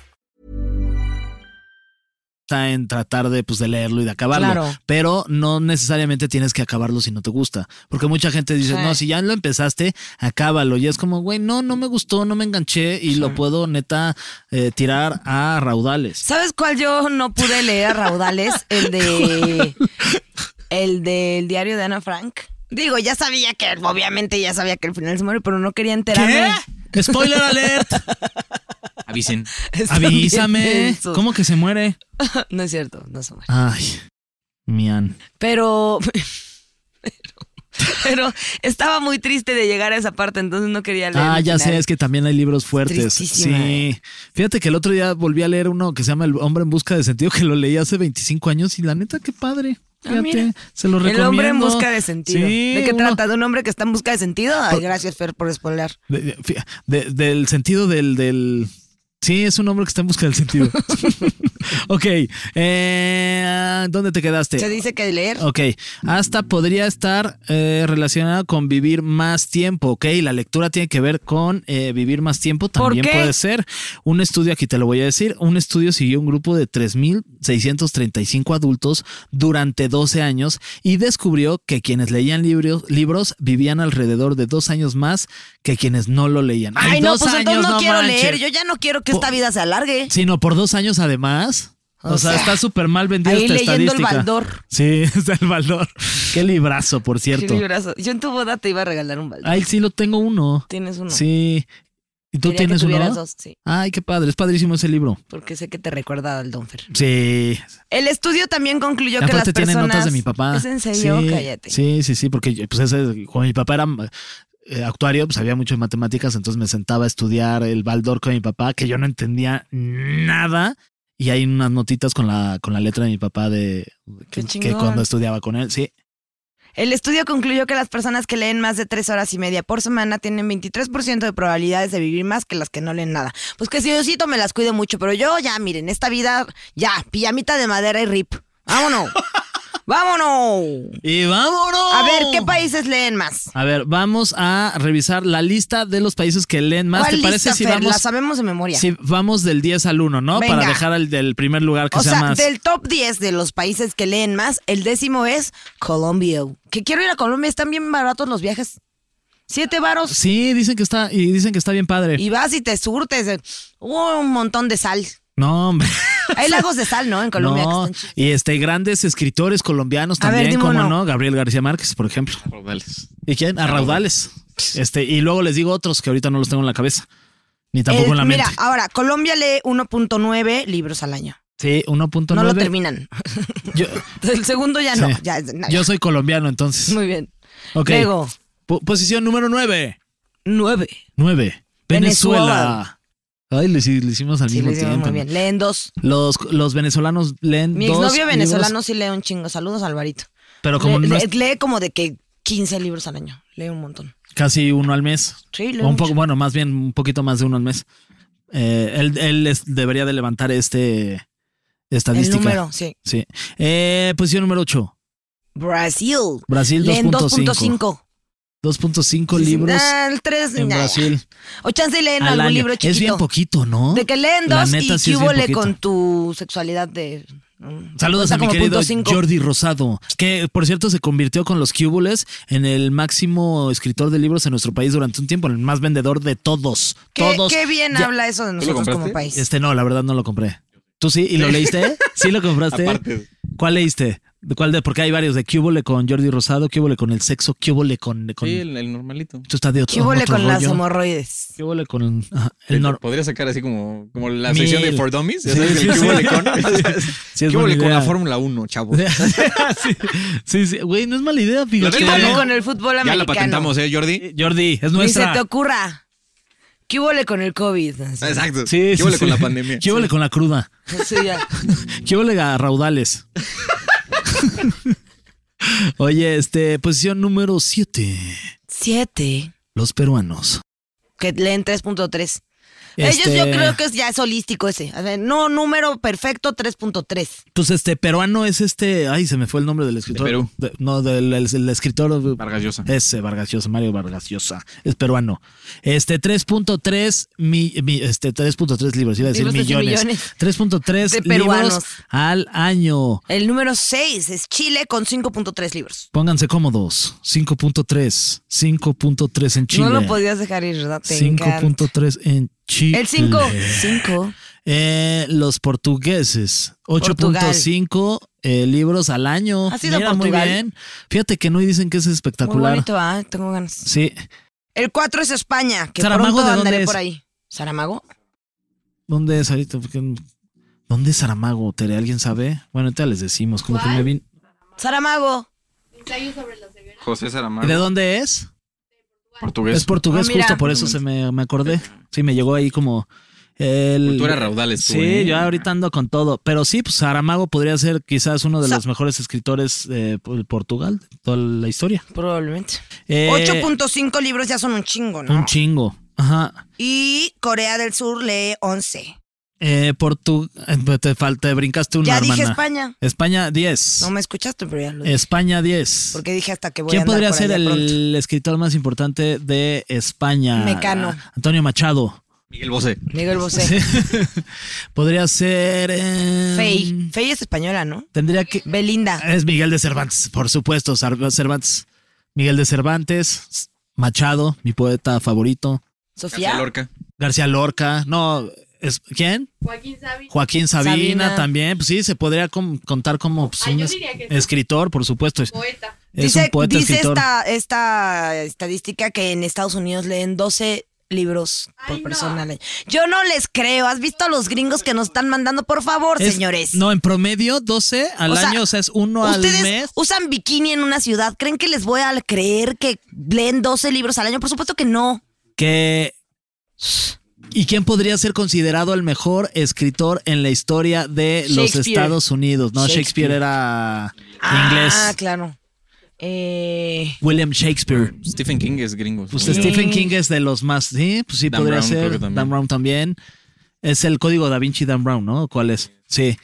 Speaker 1: está en tratar de, pues, de leerlo y de acabarlo.
Speaker 2: Claro.
Speaker 1: Pero no necesariamente tienes que acabarlo si no te gusta. Porque mucha gente dice,
Speaker 2: Sí.
Speaker 1: no, si ya lo empezaste, acábalo. Y es como, güey, no, no me gustó, no me enganché y lo puedo neta eh, tirar a raudales.
Speaker 2: ¿Sabes cuál yo no pude leer a raudales? El de. El del diario de Ana Frank. Digo, ya sabía que, obviamente ya sabía que el final se muere, pero no quería enterarme.
Speaker 1: ¡Spoiler alert!
Speaker 3: Avisen.
Speaker 2: Están bien
Speaker 1: Avísame.
Speaker 2: densos.
Speaker 1: ¿Cómo que se muere?
Speaker 2: No es cierto, no se muere.
Speaker 1: Ay, mian.
Speaker 2: Pero, pero, pero estaba muy triste de llegar a esa parte, entonces no quería leer.
Speaker 1: Ah,
Speaker 2: el
Speaker 1: ya
Speaker 2: final.
Speaker 1: sé, es que también hay libros fuertes.
Speaker 2: tristísima, eh.
Speaker 1: Sí. Fíjate que el otro día volví a leer uno que se llama El hombre en busca de sentido, que lo leí hace 25 años y la neta, qué padre. Fíjate,
Speaker 2: Ah, mira.
Speaker 1: se lo
Speaker 2: El
Speaker 1: recomiendo.
Speaker 2: hombre en busca de sentido.
Speaker 1: Sí,
Speaker 2: ¿De qué
Speaker 1: uno-
Speaker 2: trata? ¿De un hombre que está en busca de sentido? Ay, gracias, Fer, por spoiler.
Speaker 1: de- de- fí- de- del sentido del, del. Sí, es un hombre que está en busca del sentido. ok. eh, ¿Dónde te quedaste?
Speaker 2: Se dice que leer.
Speaker 1: Ok, hasta podría estar eh, relacionada con vivir más tiempo, ok. La lectura tiene que ver con eh, vivir más tiempo,
Speaker 2: ¿Por
Speaker 1: también
Speaker 2: qué?
Speaker 1: puede ser. Un estudio, aquí te lo voy a decir, un estudio siguió un grupo de 3.635 adultos durante 12 años y descubrió que quienes leían libros, libros vivían alrededor de dos años más que quienes no lo leían.
Speaker 2: Ay,
Speaker 1: En
Speaker 2: no,
Speaker 1: dos
Speaker 2: pues entonces
Speaker 1: años,
Speaker 2: no, quiero
Speaker 1: manches.
Speaker 2: leer. Yo ya no quiero que
Speaker 1: Po-
Speaker 2: esta vida se alargue.
Speaker 1: Sino por dos años además. O,
Speaker 2: O
Speaker 1: sea,
Speaker 2: sea,
Speaker 1: está súper mal vendida
Speaker 2: Ahí
Speaker 1: esta
Speaker 2: leyendo el
Speaker 1: estadística.
Speaker 2: baldor.
Speaker 1: Sí, está el valor. Qué librazo, por
Speaker 2: Qué
Speaker 1: cierto.
Speaker 2: librazo. Yo en tu boda te iba a regalar un baldor.
Speaker 1: Ay, sí, lo tengo uno.
Speaker 2: Tienes uno.
Speaker 1: Sí. ¿Y tú
Speaker 2: Quería
Speaker 1: tienes
Speaker 2: que tuvieras
Speaker 1: uno?
Speaker 2: dos, sí,
Speaker 1: Ay, qué padre. Es padrísimo ese libro.
Speaker 2: porque sé que te recuerda al Donfer.
Speaker 1: Sí.
Speaker 2: El estudio también concluyó que las
Speaker 1: Aparte
Speaker 2: personas...
Speaker 1: tiene notas de mi papá.
Speaker 2: ¿Es en serio?
Speaker 1: Sí,
Speaker 2: Cállate.
Speaker 1: Sí, sí, sí, porque yo, pues ese, cuando mi papá era eh, actuario, pues había mucho de matemáticas, entonces me sentaba a estudiar el Baldor con mi papá, que yo no entendía nada. Y hay unas notitas con la, con la letra de mi papá de
Speaker 2: Qué
Speaker 1: que, que
Speaker 2: chingón.
Speaker 1: cuando estudiaba con él. Sí,
Speaker 2: El estudio concluyó que las personas que leen más de tres horas y media por semana tienen 23% de probabilidades de vivir más que las que no leen nada. Pues que si Diosito me las cuide mucho, pero yo ya, miren, esta vida, ya, pijamita de madera y rip. ¡Vámonos! ¡Vámonos!
Speaker 1: Y vámonos.
Speaker 2: A ver, ¿qué países leen más?
Speaker 1: A ver, vamos a revisar la lista de los países que leen más. ¿Te
Speaker 2: ¿Cuál
Speaker 1: parece
Speaker 2: lista,
Speaker 1: si
Speaker 2: Fer? La
Speaker 1: vamos,
Speaker 2: sabemos de memoria.
Speaker 1: si vamos del 10 al 1, ¿no?
Speaker 2: Venga.
Speaker 1: Para dejar al del primer lugar que
Speaker 2: o
Speaker 1: sea,
Speaker 2: sea,
Speaker 1: más.
Speaker 2: del top 10 de los países que leen más, el décimo es Colombia. Que quiero ir a Colombia, están bien baratos los viajes. Siete varos.
Speaker 1: Sí, dicen que está y dicen que está bien padre.
Speaker 2: Y vas y te surtes eh, un montón de sal.
Speaker 1: No, hombre.
Speaker 2: Hay lagos de sal, ¿no? En Colombia.
Speaker 1: no.
Speaker 2: que están chidos.
Speaker 1: Y este grandes escritores colombianos
Speaker 2: A ver,
Speaker 1: también,
Speaker 2: dime
Speaker 1: como
Speaker 2: uno.
Speaker 1: no, Gabriel García Márquez, por ejemplo.
Speaker 3: Rodales.
Speaker 1: ¿Y quién? A Raudales. Este, y luego les digo otros que ahorita no los tengo en la cabeza. Ni tampoco
Speaker 2: Eh,
Speaker 1: en la mente.
Speaker 2: mira, ahora, Colombia lee 1.9 libros al año.
Speaker 1: sí, 1.9.
Speaker 2: No lo terminan.
Speaker 1: Yo,
Speaker 2: El segundo ya no.
Speaker 1: Sí.
Speaker 2: ya- no,
Speaker 1: yo soy colombiano, entonces.
Speaker 2: Muy bien.
Speaker 1: Ok.
Speaker 2: Luego,
Speaker 1: Po- posición número 9.
Speaker 2: 9.
Speaker 1: 9. Venezuela.
Speaker 2: Venezuela.
Speaker 1: Ay, le, hici- le hicimos al
Speaker 2: Sí,
Speaker 1: mismo
Speaker 2: les digo
Speaker 1: tiempo.
Speaker 2: muy bien. Leen dos.
Speaker 1: Los, los venezolanos leen
Speaker 2: Mi
Speaker 1: dos
Speaker 2: exnovio
Speaker 1: libros,
Speaker 2: venezolano sí lee un chingo. Saludos, Alvarito.
Speaker 1: pero como
Speaker 2: Le-
Speaker 1: no es
Speaker 2: le- lee como de que 15 libros al año. Lee un montón.
Speaker 1: casi uno al mes.
Speaker 2: Sí, lee
Speaker 1: o un
Speaker 2: mucho.
Speaker 1: poco, bueno, más bien un poquito más de uno al mes. Eh, él él es- debería de levantar este
Speaker 2: El
Speaker 1: estadística.
Speaker 2: número, sí.
Speaker 1: Sí. Eh, posición número 8.
Speaker 2: Brasil.
Speaker 1: Brasil
Speaker 2: Leen
Speaker 1: 2.5.
Speaker 2: 2.5.
Speaker 1: 2.5 libros
Speaker 2: Ah, el 3.
Speaker 1: en Brasil
Speaker 2: O chance leen
Speaker 1: al
Speaker 2: algún
Speaker 1: año.
Speaker 2: libro chiquito.
Speaker 1: Es bien poquito, ¿no?
Speaker 2: De que leen
Speaker 1: La
Speaker 2: dos
Speaker 1: neta,
Speaker 2: y
Speaker 1: sí
Speaker 2: que
Speaker 1: es bien
Speaker 2: hubole
Speaker 1: poquito.
Speaker 2: con tu sexualidad de
Speaker 1: Saludos
Speaker 2: Cuesta
Speaker 1: a mi
Speaker 2: como
Speaker 1: querido
Speaker 2: punto cinco.
Speaker 1: Jordi Rosado, que por cierto se convirtió con los Cúbules en el máximo escritor de libros en nuestro país durante un tiempo, el más vendedor de todos.
Speaker 2: ¿Qué,
Speaker 1: todos.
Speaker 2: qué bien
Speaker 1: Ya-
Speaker 2: habla eso de
Speaker 3: lo
Speaker 2: nosotros como
Speaker 3: compraste?
Speaker 2: país.
Speaker 1: Este no, la verdad no lo compré. ¿Tú sí? ¿Y lo leíste? ¿Sí lo compraste?
Speaker 3: Aparte.
Speaker 1: ¿Cuál leíste? ¿De cuál de? Porque hay varios de Cúbole con Jordi Rosado, Cúbole con el sexo, Cúbole con. con
Speaker 3: Sí, el, el normalito.
Speaker 1: Esto está de otro.
Speaker 2: ¿Qué huele
Speaker 1: otro
Speaker 2: con las
Speaker 1: rollo.
Speaker 2: hemorroides?
Speaker 1: ¿Qué huele con ajá, el nor-
Speaker 3: Podría sacar así como, como la
Speaker 1: Mil.
Speaker 3: sección de For Dummies. ya sabes,
Speaker 1: Sí,
Speaker 3: el
Speaker 1: sí,
Speaker 3: que huele
Speaker 1: sí.
Speaker 3: con.
Speaker 1: Sí, es
Speaker 3: ¿Qué
Speaker 1: buena
Speaker 3: huele con
Speaker 1: idea.
Speaker 3: la Fórmula 1, chavo?
Speaker 1: sí, sí, sí, güey, no es mala idea, fíjate.
Speaker 2: ¿Qué
Speaker 3: Ya
Speaker 2: huele
Speaker 3: no.
Speaker 2: con el fútbol
Speaker 3: Ya la
Speaker 2: americano?
Speaker 3: patentamos, ¿eh, Jordi?
Speaker 1: Eh, Jordi, es
Speaker 2: Ni se
Speaker 1: nuestra.
Speaker 2: te ocurra. ¿Qué huele con el COVID? Así,
Speaker 3: Ah, Exacto.
Speaker 1: Sí,
Speaker 3: ¿Qué
Speaker 1: sí,
Speaker 3: huele
Speaker 1: sí.
Speaker 3: con la pandemia?
Speaker 1: ¿Qué huele con la cruda?
Speaker 2: así ya.
Speaker 1: ¿Qué huele a raudales? Oye, este, posición número 7.
Speaker 2: Siete.
Speaker 1: Los peruanos.
Speaker 2: Que leen 3.3. Ellos yo
Speaker 1: Este,
Speaker 2: creo que es- ya es holístico ese. A ver, no, número perfecto 3.3.
Speaker 1: Pues este peruano es este. Ay, se me fue el nombre del escritor.
Speaker 3: Perú.
Speaker 1: De- no, del el- el escritor. uh,
Speaker 3: Vargas Llosa.
Speaker 1: Ese, Vargas Llosa, Mario Vargas Llosa. Es peruano. Este, 3.3 mi, mi- este, 3.3 libros, iba a decir
Speaker 2: Libros de
Speaker 1: millones.
Speaker 2: millones.
Speaker 1: 3.3
Speaker 2: De peruanos.
Speaker 1: libros al año.
Speaker 2: El número 6 es Chile con 5.3 libros.
Speaker 1: Pónganse cómodos. 5.3. 5.3 en Chile.
Speaker 2: No lo podías dejar ir, ¿verdad? Te encanta.
Speaker 1: 5.3 en Chile.
Speaker 2: El 5. 5.
Speaker 1: Eh, los portugueses.
Speaker 2: Portugal.
Speaker 1: 8.5 eh, libros al año.
Speaker 2: ¿Has ido a
Speaker 1: Mira,
Speaker 2: Portugal?
Speaker 1: Muy bien. Fíjate que no dicen que es
Speaker 2: Muy
Speaker 1: espectacular.
Speaker 2: bonito, ¿ah? Tengo ganas.
Speaker 1: Sí.
Speaker 2: El 4 es España, que
Speaker 1: ¿Saramago
Speaker 2: pronto
Speaker 1: de dónde
Speaker 2: andaré
Speaker 1: es?
Speaker 2: por ahí. ¿Saramago?
Speaker 1: ¿Dónde es ahorita? Porque- ¿Dónde es Saramago, Tere? ¿Alguien sabe? Bueno, ahorita les decimos. Como que me vin-
Speaker 2: Saramago.
Speaker 3: José Saramago.
Speaker 1: ¿De dónde es?
Speaker 3: Portugués.
Speaker 1: Es portugués,
Speaker 2: Ah, mira.
Speaker 1: justo por eso se me, me acordé. Sí, me llegó ahí como. El...
Speaker 3: Cultura raudales, tú,
Speaker 1: Sí,
Speaker 3: ¿eh?
Speaker 1: yo ahorita ando con todo. Pero sí, pues Saramago podría ser quizás uno de
Speaker 2: Sa-
Speaker 1: los mejores escritores de Portugal, de toda la historia.
Speaker 2: Probablemente.
Speaker 1: Eh,
Speaker 2: 8.5 libros ya son un chingo, ¿no?
Speaker 1: Un chingo. Ajá.
Speaker 2: y Corea del Sur lee 11.
Speaker 1: Eh, Portu... eh, Te, fal- te brincaste una
Speaker 2: Ya
Speaker 1: hermana.
Speaker 2: dije España.
Speaker 1: España 10.
Speaker 2: No me escuchaste, pero ya lo dije.
Speaker 1: España 10.
Speaker 2: Porque dije hasta que voy a
Speaker 1: ¿Quién
Speaker 2: andar
Speaker 1: podría
Speaker 2: por
Speaker 1: ser
Speaker 2: allá
Speaker 1: el
Speaker 2: pronto.
Speaker 1: escritor más importante de España?
Speaker 2: Mecano.
Speaker 1: Antonio Machado.
Speaker 3: Miguel Bosé.
Speaker 2: Miguel Bosé.
Speaker 1: podría ser. eh,
Speaker 2: Fey. Fey es española, ¿no?
Speaker 1: Tendría que.
Speaker 2: Belinda.
Speaker 1: Es Miguel de Cervantes, por supuesto. Sar- Cervantes. Miguel de Cervantes. Machado, mi poeta favorito.
Speaker 2: Sofía.
Speaker 3: Lorca.
Speaker 1: García Lorca. No. es- ¿Quién? Joaquín Sabina. Joaquín Sabina,
Speaker 2: Sabina.
Speaker 1: también. Pues sí, se podría com- contar como pues, un es- escritor, por supuesto. Poeta. Es
Speaker 2: dice
Speaker 1: un poeta
Speaker 2: dice
Speaker 1: escritor.
Speaker 2: esta, esta estadística que en Estados Unidos leen 12 libros por persona. al año. Yo no les creo. ¿Has visto a los gringos que nos están mandando? Por favor,
Speaker 1: Es-
Speaker 2: señores.
Speaker 1: No, en promedio 12 al
Speaker 2: O sea,
Speaker 1: año, o sea, es uno al
Speaker 2: Ustedes
Speaker 1: mes.
Speaker 2: usan bikini en una ciudad. ¿Creen que les voy a creer que leen 12 libros al año? Por supuesto que no.
Speaker 1: Que. ¿Y quién podría ser considerado el mejor escritor en la historia de los
Speaker 2: Shakespeare.
Speaker 1: Estados Unidos? No, Shakespeare,
Speaker 2: Shakespeare.
Speaker 1: era inglés.
Speaker 2: Ah, claro. Eh,
Speaker 1: William Shakespeare.
Speaker 3: Stephen King es gringo.
Speaker 1: Pues
Speaker 3: según yo.
Speaker 1: Stephen King es de los más. Sí, pues sí,
Speaker 3: Dan
Speaker 1: podría
Speaker 3: Brown, creo
Speaker 1: ser.
Speaker 3: que también.
Speaker 1: Dan Brown también. Es el código da Vinci Dan Brown, ¿no? ¿Cuál es? Sí.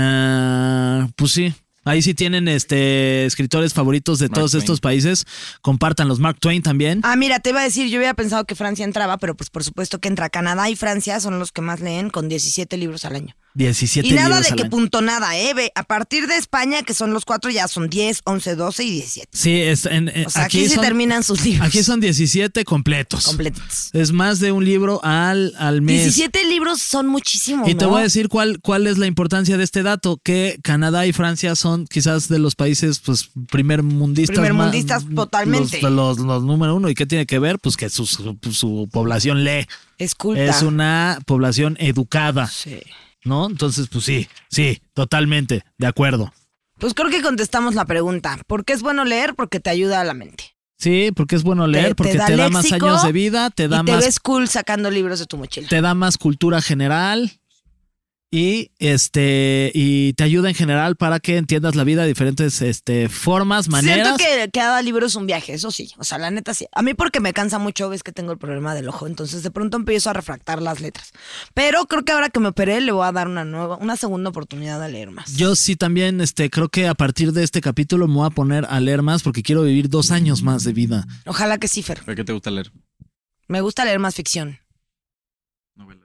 Speaker 1: Ah, pues sí. Ahí sí tienen este escritores favoritos de
Speaker 3: Mark
Speaker 1: todos
Speaker 3: Twain.
Speaker 1: estos países. Compártanlos. Mark Twain también.
Speaker 2: ah, mira, te iba a decir, yo había pensado que Francia entraba, pero pues por supuesto que entra Canadá y Francia son los que más leen con 17 libros al año.
Speaker 1: 17
Speaker 2: Y nada
Speaker 1: libros
Speaker 2: de
Speaker 1: al
Speaker 2: que
Speaker 1: año.
Speaker 2: punto nada, ¿eh? Ve, a partir de España, que son los cuatro, ya son 10, 11, 12 y 17.
Speaker 1: Sí, es- en- en-
Speaker 2: O sea, aquí,
Speaker 1: aquí,
Speaker 2: se
Speaker 1: son,
Speaker 2: terminan sus libros.
Speaker 1: aquí son 17 completos.
Speaker 2: completitos.
Speaker 1: Es más de un libro al, al mes.
Speaker 2: 17 libros son muchísimos.
Speaker 1: Y te
Speaker 2: ¿no?
Speaker 1: voy a decir cuál, cuál es la importancia de este dato, que Canadá y Francia son quizás de los países pues primer mundistas.
Speaker 2: Primermundistas totalmente.
Speaker 1: Los, los- los número uno. ¿Y qué tiene que ver? Pues que su, su, su población lee.
Speaker 2: Es culta.
Speaker 1: Es una población educada,
Speaker 2: Sí.
Speaker 1: ¿no? Entonces, pues sí, sí, totalmente, de acuerdo.
Speaker 2: Pues creo que contestamos la pregunta. ¿Por qué es bueno leer? Porque te ayuda a la mente.
Speaker 1: Sí, porque es bueno leer, porque te da, más
Speaker 2: léxico
Speaker 1: años de vida, te da
Speaker 2: y te
Speaker 1: más
Speaker 2: ves cool sacando libros de tu mochila.
Speaker 1: te da más cultura general y este y te ayuda en general para que entiendas la vida de diferentes este formas, maneras.
Speaker 2: Siento que cada libro es un viaje, eso sí. O sea, la neta sí. A mí porque me cansa mucho, ves que tengo el problema del ojo, entonces de pronto empiezo a refractar las letras. Pero creo que ahora que me operé le voy a dar una nueva, una segunda oportunidad a leer más.
Speaker 1: Yo sí también este creo que a partir de este capítulo me voy a poner a leer más porque quiero vivir dos años más de vida.
Speaker 2: Ojalá que sí, Fer.
Speaker 3: ¿Pero qué te gusta leer?
Speaker 2: Me gusta leer más ficción.
Speaker 3: Novelas.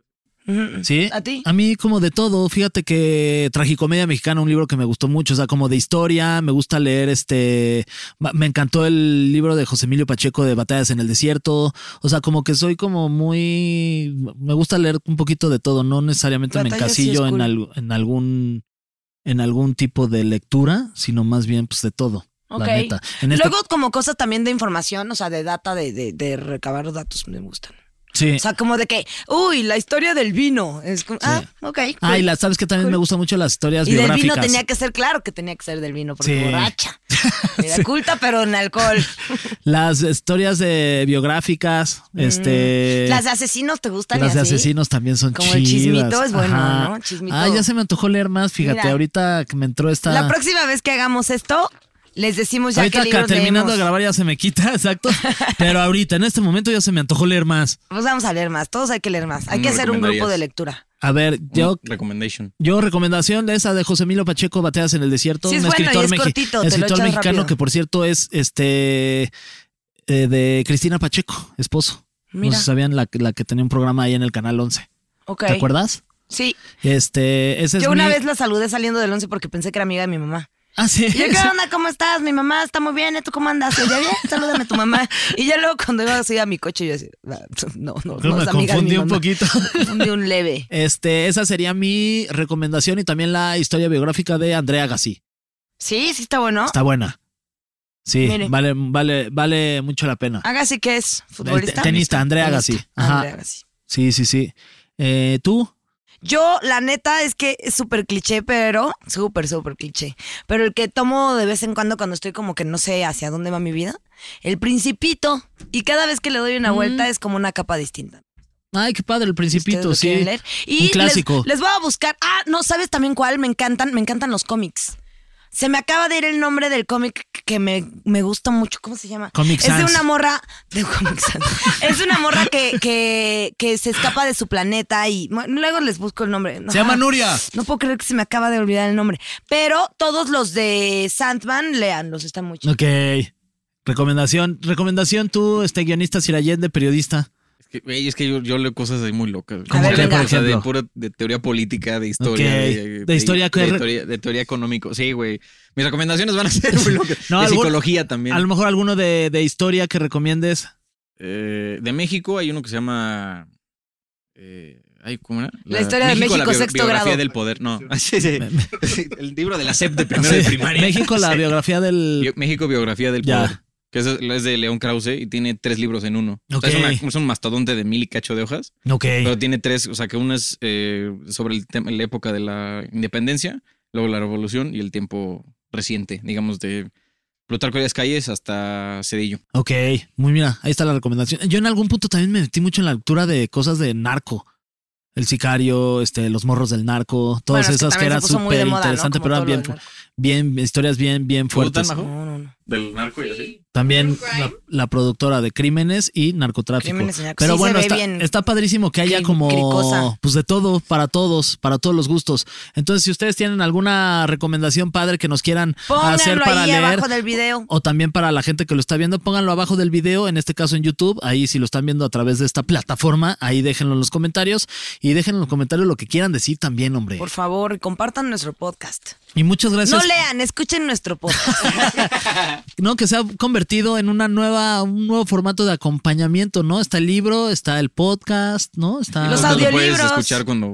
Speaker 1: ¿Sí? Ah,
Speaker 2: ¿A ti?
Speaker 1: A mí como de todo, fíjate que Tragicomedia Mexicana, un libro que me gustó mucho, o sea, como de historia, me gusta leer este, ma- me encantó el libro de José Emilio Pacheco de Batallas en el Desierto, o sea, como que soy como muy, me gusta leer un poquito de todo, no necesariamente me
Speaker 2: Batallas sí es
Speaker 1: encasillo en,
Speaker 2: cool.
Speaker 1: al- en algún, en algún tipo de lectura, sino más bien pues de todo.
Speaker 2: Ok.
Speaker 1: La neta. En este-
Speaker 2: Luego, como cosas también de información, o sea, de data, de, de, de recabar datos, me gustan.
Speaker 1: sí.
Speaker 2: O sea, como de que, uy, la historia del vino. Es como, Ah, ok. cool.
Speaker 1: Ah, y la, sabes que también me gustan mucho las historias
Speaker 2: Y del
Speaker 1: biográficas.
Speaker 2: vino tenía que ser, claro que tenía que ser del vino, porque
Speaker 1: Sí.
Speaker 2: borracha. Era culta, pero en alcohol.
Speaker 1: Las historias de biográficas, este.
Speaker 2: Mm. Las de asesinos te gustan
Speaker 1: las
Speaker 2: y
Speaker 1: de
Speaker 2: así?
Speaker 1: asesinos también son
Speaker 2: Como
Speaker 1: chidas.
Speaker 2: el chismito es bueno,
Speaker 1: Ajá.
Speaker 2: ¿no? Chismito.
Speaker 1: Ah, ya se me antojó leer más, fíjate,
Speaker 2: Mira.
Speaker 1: ahorita que me entró esta.
Speaker 2: La próxima vez que hagamos esto, les decimos ya
Speaker 1: ahorita
Speaker 2: qué libros
Speaker 1: terminando de
Speaker 2: leemos.
Speaker 1: grabar ya se me quita, exacto. Pero ahorita, en este momento ya se me antojó leer más.
Speaker 2: Pues vamos a leer más, todos hay que leer más. Hay
Speaker 3: ¿Cómo
Speaker 2: que
Speaker 3: me
Speaker 2: hacer un grupo
Speaker 3: recomendarías?
Speaker 2: de lectura.
Speaker 1: A ver, yo,
Speaker 3: Recommendation.
Speaker 1: yo recomendación de esa de José Emilio Pacheco, Bateas en el Desierto,
Speaker 2: Sí, es
Speaker 1: un
Speaker 2: bueno y
Speaker 1: escritor,
Speaker 2: es
Speaker 1: meji-
Speaker 2: cortito, te lo
Speaker 1: escritor
Speaker 2: echas
Speaker 1: mexicano
Speaker 2: rápido.
Speaker 1: que por cierto es este eh, de Cristina Pacheco, esposo.
Speaker 2: Mira.
Speaker 1: No se sabían la, la que tenía un programa ahí en el Canal 11.
Speaker 2: Ok.
Speaker 1: ¿Te acuerdas?
Speaker 2: Sí.
Speaker 1: Este, ese es
Speaker 2: Yo una
Speaker 1: mi-
Speaker 2: vez la saludé saliendo del once porque pensé que era amiga de mi mamá.
Speaker 1: Ah, sí.
Speaker 2: Y Yo, ¿qué onda? ¿Cómo estás? Mi mamá está muy bien. ¿eh? ¿Tú cómo andas? Y yo, bien, salúdame a tu mamá. Y ya luego cuando iba así a mi coche, yo decía, no, no,
Speaker 1: Creo
Speaker 2: no
Speaker 1: que
Speaker 2: es amiga
Speaker 1: me
Speaker 2: de mi
Speaker 1: confundí un
Speaker 2: mamá.
Speaker 1: poquito.
Speaker 2: Confundí un leve.
Speaker 1: Este, esa sería mi recomendación y también la historia biográfica de Andrea Gassi.
Speaker 2: Sí, sí está bueno.
Speaker 1: Está buena. Sí,
Speaker 2: Mire.
Speaker 1: vale, vale, vale mucho la pena.
Speaker 2: Agassi, ¿qué es?
Speaker 1: El te-
Speaker 2: ¿Futbolista?
Speaker 1: tenista, Andrea
Speaker 2: Tenista.
Speaker 1: Agassi. Ajá.
Speaker 2: Andrea Agassi.
Speaker 1: Sí, sí, sí. Eh, ¿Tú?
Speaker 2: Yo, la neta, es que es súper cliché, pero súper, súper cliché. Pero el que tomo de vez en cuando cuando estoy como que no sé hacia dónde va mi vida, el principito. Y cada vez que le doy una
Speaker 1: Mm.
Speaker 2: vuelta es como una capa distinta.
Speaker 1: Ay, qué padre, el
Speaker 2: Ustedes
Speaker 1: principito,
Speaker 2: lo
Speaker 1: sí.
Speaker 2: quieren leer. Y
Speaker 1: un clásico.
Speaker 2: Les, les voy a buscar. Ah, no, ¿sabes también cuál? Me encantan, me encantan los cómics. Se me acaba de ir el nombre del cómic que me, me gusta mucho. ¿Cómo se llama?
Speaker 1: Comic
Speaker 2: es de
Speaker 1: Sans.
Speaker 2: una morra. De Comic Sans. es una morra que, que, que se escapa de su planeta y. bueno, luego les busco el nombre.
Speaker 1: Se llama Nuria.
Speaker 2: No puedo creer que se me acaba de olvidar el nombre. Pero todos los de Sandman, leanlos, están muy chidos.
Speaker 1: Ok. Recomendación, recomendación tú, este guionista Sirayende, periodista.
Speaker 3: Es que, güey, es que yo, yo leo cosas ahí muy locas. güey.
Speaker 2: A ver,
Speaker 3: O sea,
Speaker 2: venga.
Speaker 3: o sea, de
Speaker 1: Ejemplo.
Speaker 3: pura de teoría política, de historia.
Speaker 1: Ok. De historia que-
Speaker 3: de, teoría, de teoría económico. Sí, güey. Mis recomendaciones van a ser muy locas.
Speaker 1: No,
Speaker 3: de
Speaker 1: algún-
Speaker 3: psicología también.
Speaker 1: A lo mejor alguno de, de historia que recomiendes.
Speaker 3: Eh, de México hay uno que se llama. eh, ay, ¿Cómo era?
Speaker 2: La historia de México, sexto
Speaker 3: biografía
Speaker 2: grado.
Speaker 3: del poder, no. Sí, sí. El libro de la SEP de primero de
Speaker 1: Sí.
Speaker 3: primaria.
Speaker 1: México, la
Speaker 3: Sí.
Speaker 1: biografía del.
Speaker 3: Bio- México, biografía del
Speaker 1: Ya.
Speaker 3: poder. Que es, es de León Krause y tiene tres libros en uno. O
Speaker 1: Ok.
Speaker 3: sea, es, una- es un mastodonte de mil y cacho de hojas.
Speaker 1: Ok.
Speaker 3: Pero tiene tres, o sea que una es eh, sobre el tema, la época de la independencia, luego la revolución y el tiempo reciente, digamos, de Plutarco Elías Calles hasta Cedillo.
Speaker 1: Ok, muy mira, ahí está la recomendación. Yo en algún punto también me metí mucho en la lectura de cosas de narco. El sicario, este, los morros del narco,
Speaker 2: Bueno,
Speaker 1: todas
Speaker 2: es que
Speaker 1: esas que,
Speaker 2: también
Speaker 1: eran
Speaker 2: se puso muy
Speaker 1: súper
Speaker 2: de moda, ¿no?
Speaker 1: interesantes,
Speaker 2: Como
Speaker 1: pero eran
Speaker 2: todo lo
Speaker 1: bien,
Speaker 2: del
Speaker 1: bien, historias bien, bien fuertes.
Speaker 3: Majo?
Speaker 2: No, no, no.
Speaker 3: Del narco y así.
Speaker 1: También la, la productora de crímenes y narcotráfico.
Speaker 2: Crímenes y narco-
Speaker 1: Pero
Speaker 2: sí,
Speaker 1: bueno,
Speaker 2: se ve
Speaker 1: está,
Speaker 2: bien
Speaker 1: está padrísimo que haya
Speaker 2: cri-
Speaker 1: como
Speaker 2: cricosa.
Speaker 1: pues de todo, para todos, para todos los gustos. Entonces, si ustedes tienen alguna recomendación padre que nos quieran hacer
Speaker 2: Pónganlo
Speaker 1: para
Speaker 2: ahí
Speaker 1: leer,
Speaker 2: abajo del video.
Speaker 1: o también para la gente que lo está viendo, pónganlo abajo del video, en este caso en YouTube, ahí si lo están viendo a través de esta plataforma, ahí déjenlo en los comentarios y déjenlo en los comentarios lo que quieran decir también, hombre.
Speaker 2: Por favor, compartan nuestro podcast.
Speaker 1: Y muchas gracias.
Speaker 2: No lean, escuchen nuestro podcast.
Speaker 1: No, que se ha convertido en una nueva, un nuevo formato de acompañamiento, ¿no? Está el libro, está el podcast, ¿no? Está
Speaker 2: Los
Speaker 3: Lo puedes
Speaker 2: audiolibros.
Speaker 3: escuchar cuando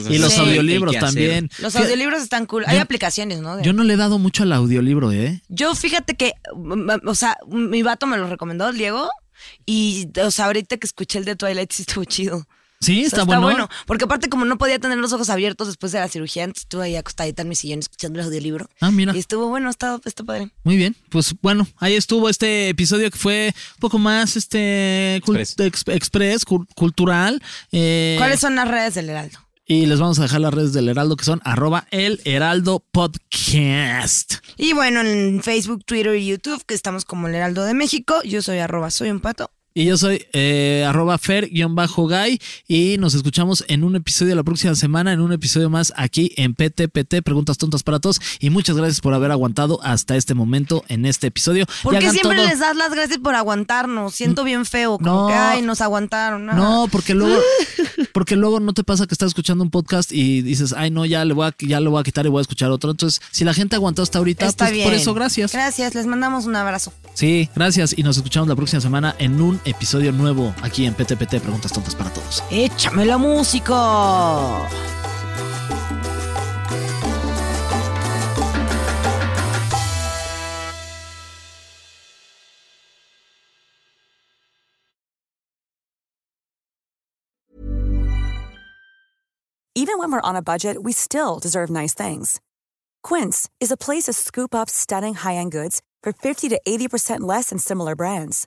Speaker 1: y
Speaker 3: o sea,
Speaker 1: los
Speaker 2: Sí.
Speaker 3: el- el
Speaker 1: audiolibros
Speaker 3: quehacer.
Speaker 1: también.
Speaker 2: Los
Speaker 1: Fí-
Speaker 2: audiolibros están cool. Hay
Speaker 1: Yo-
Speaker 2: aplicaciones, ¿no? De-
Speaker 1: Yo no le he dado mucho al audiolibro, ¿eh?
Speaker 2: Yo fíjate que, mm, mm, o sea, mi vato me lo recomendó, Diego. Y, o sea, ahorita que escuché el de Twilight sí estuvo chido.
Speaker 1: Sí,
Speaker 2: O sea,
Speaker 1: está, bueno.
Speaker 2: Porque aparte, como no podía tener los ojos abiertos después de la cirugía, entonces estuve ahí acostadita en mi sillón escuchando el audiolibro.
Speaker 1: Ah, mira.
Speaker 2: Y estuvo bueno, está, está padre.
Speaker 1: Muy bien, pues bueno, ahí estuvo este episodio que fue un poco más este cul-
Speaker 3: Express.
Speaker 1: ex- express, cul- cultural. eh,
Speaker 2: ¿Cuáles son las redes del Heraldo?
Speaker 1: Y les vamos a dejar las redes del Heraldo que son arroba el Heraldo Podcast.
Speaker 2: Y bueno, en Facebook, Twitter y YouTube, que estamos como el Heraldo de México. Yo soy arroba soy un pato.
Speaker 1: Y yo soy eh, arroba fer-guy y nos escuchamos en un episodio la próxima semana, en un episodio más aquí en PTPT, Preguntas Tontas para Todos. Y muchas gracias por haber aguantado hasta este momento en este episodio.
Speaker 2: ¿Por
Speaker 1: Y
Speaker 2: qué
Speaker 1: hagan
Speaker 2: siempre
Speaker 1: todo-
Speaker 2: les das las gracias por aguantarnos? Siento bien feo, como
Speaker 1: No.
Speaker 2: que ay, nos aguantaron. ah.
Speaker 1: No, porque luego, porque luego no te pasa que estás escuchando un podcast y dices, ay no, ya le voy a, ya lo voy a quitar y voy a escuchar otro. Entonces, si la gente aguantó hasta ahorita,
Speaker 2: Está
Speaker 1: pues,
Speaker 2: bien.
Speaker 1: por eso gracias.
Speaker 2: Gracias, les mandamos un abrazo.
Speaker 1: Sí, gracias. Y nos escuchamos la próxima semana en un episodio nuevo aquí en PTPT, Preguntas Tontas para Todos.
Speaker 2: Échame la música.
Speaker 4: Even when we're on a budget, we still deserve nice things. Quince is a place to scoop up stunning high-end goods for 50 to 80% less than similar brands.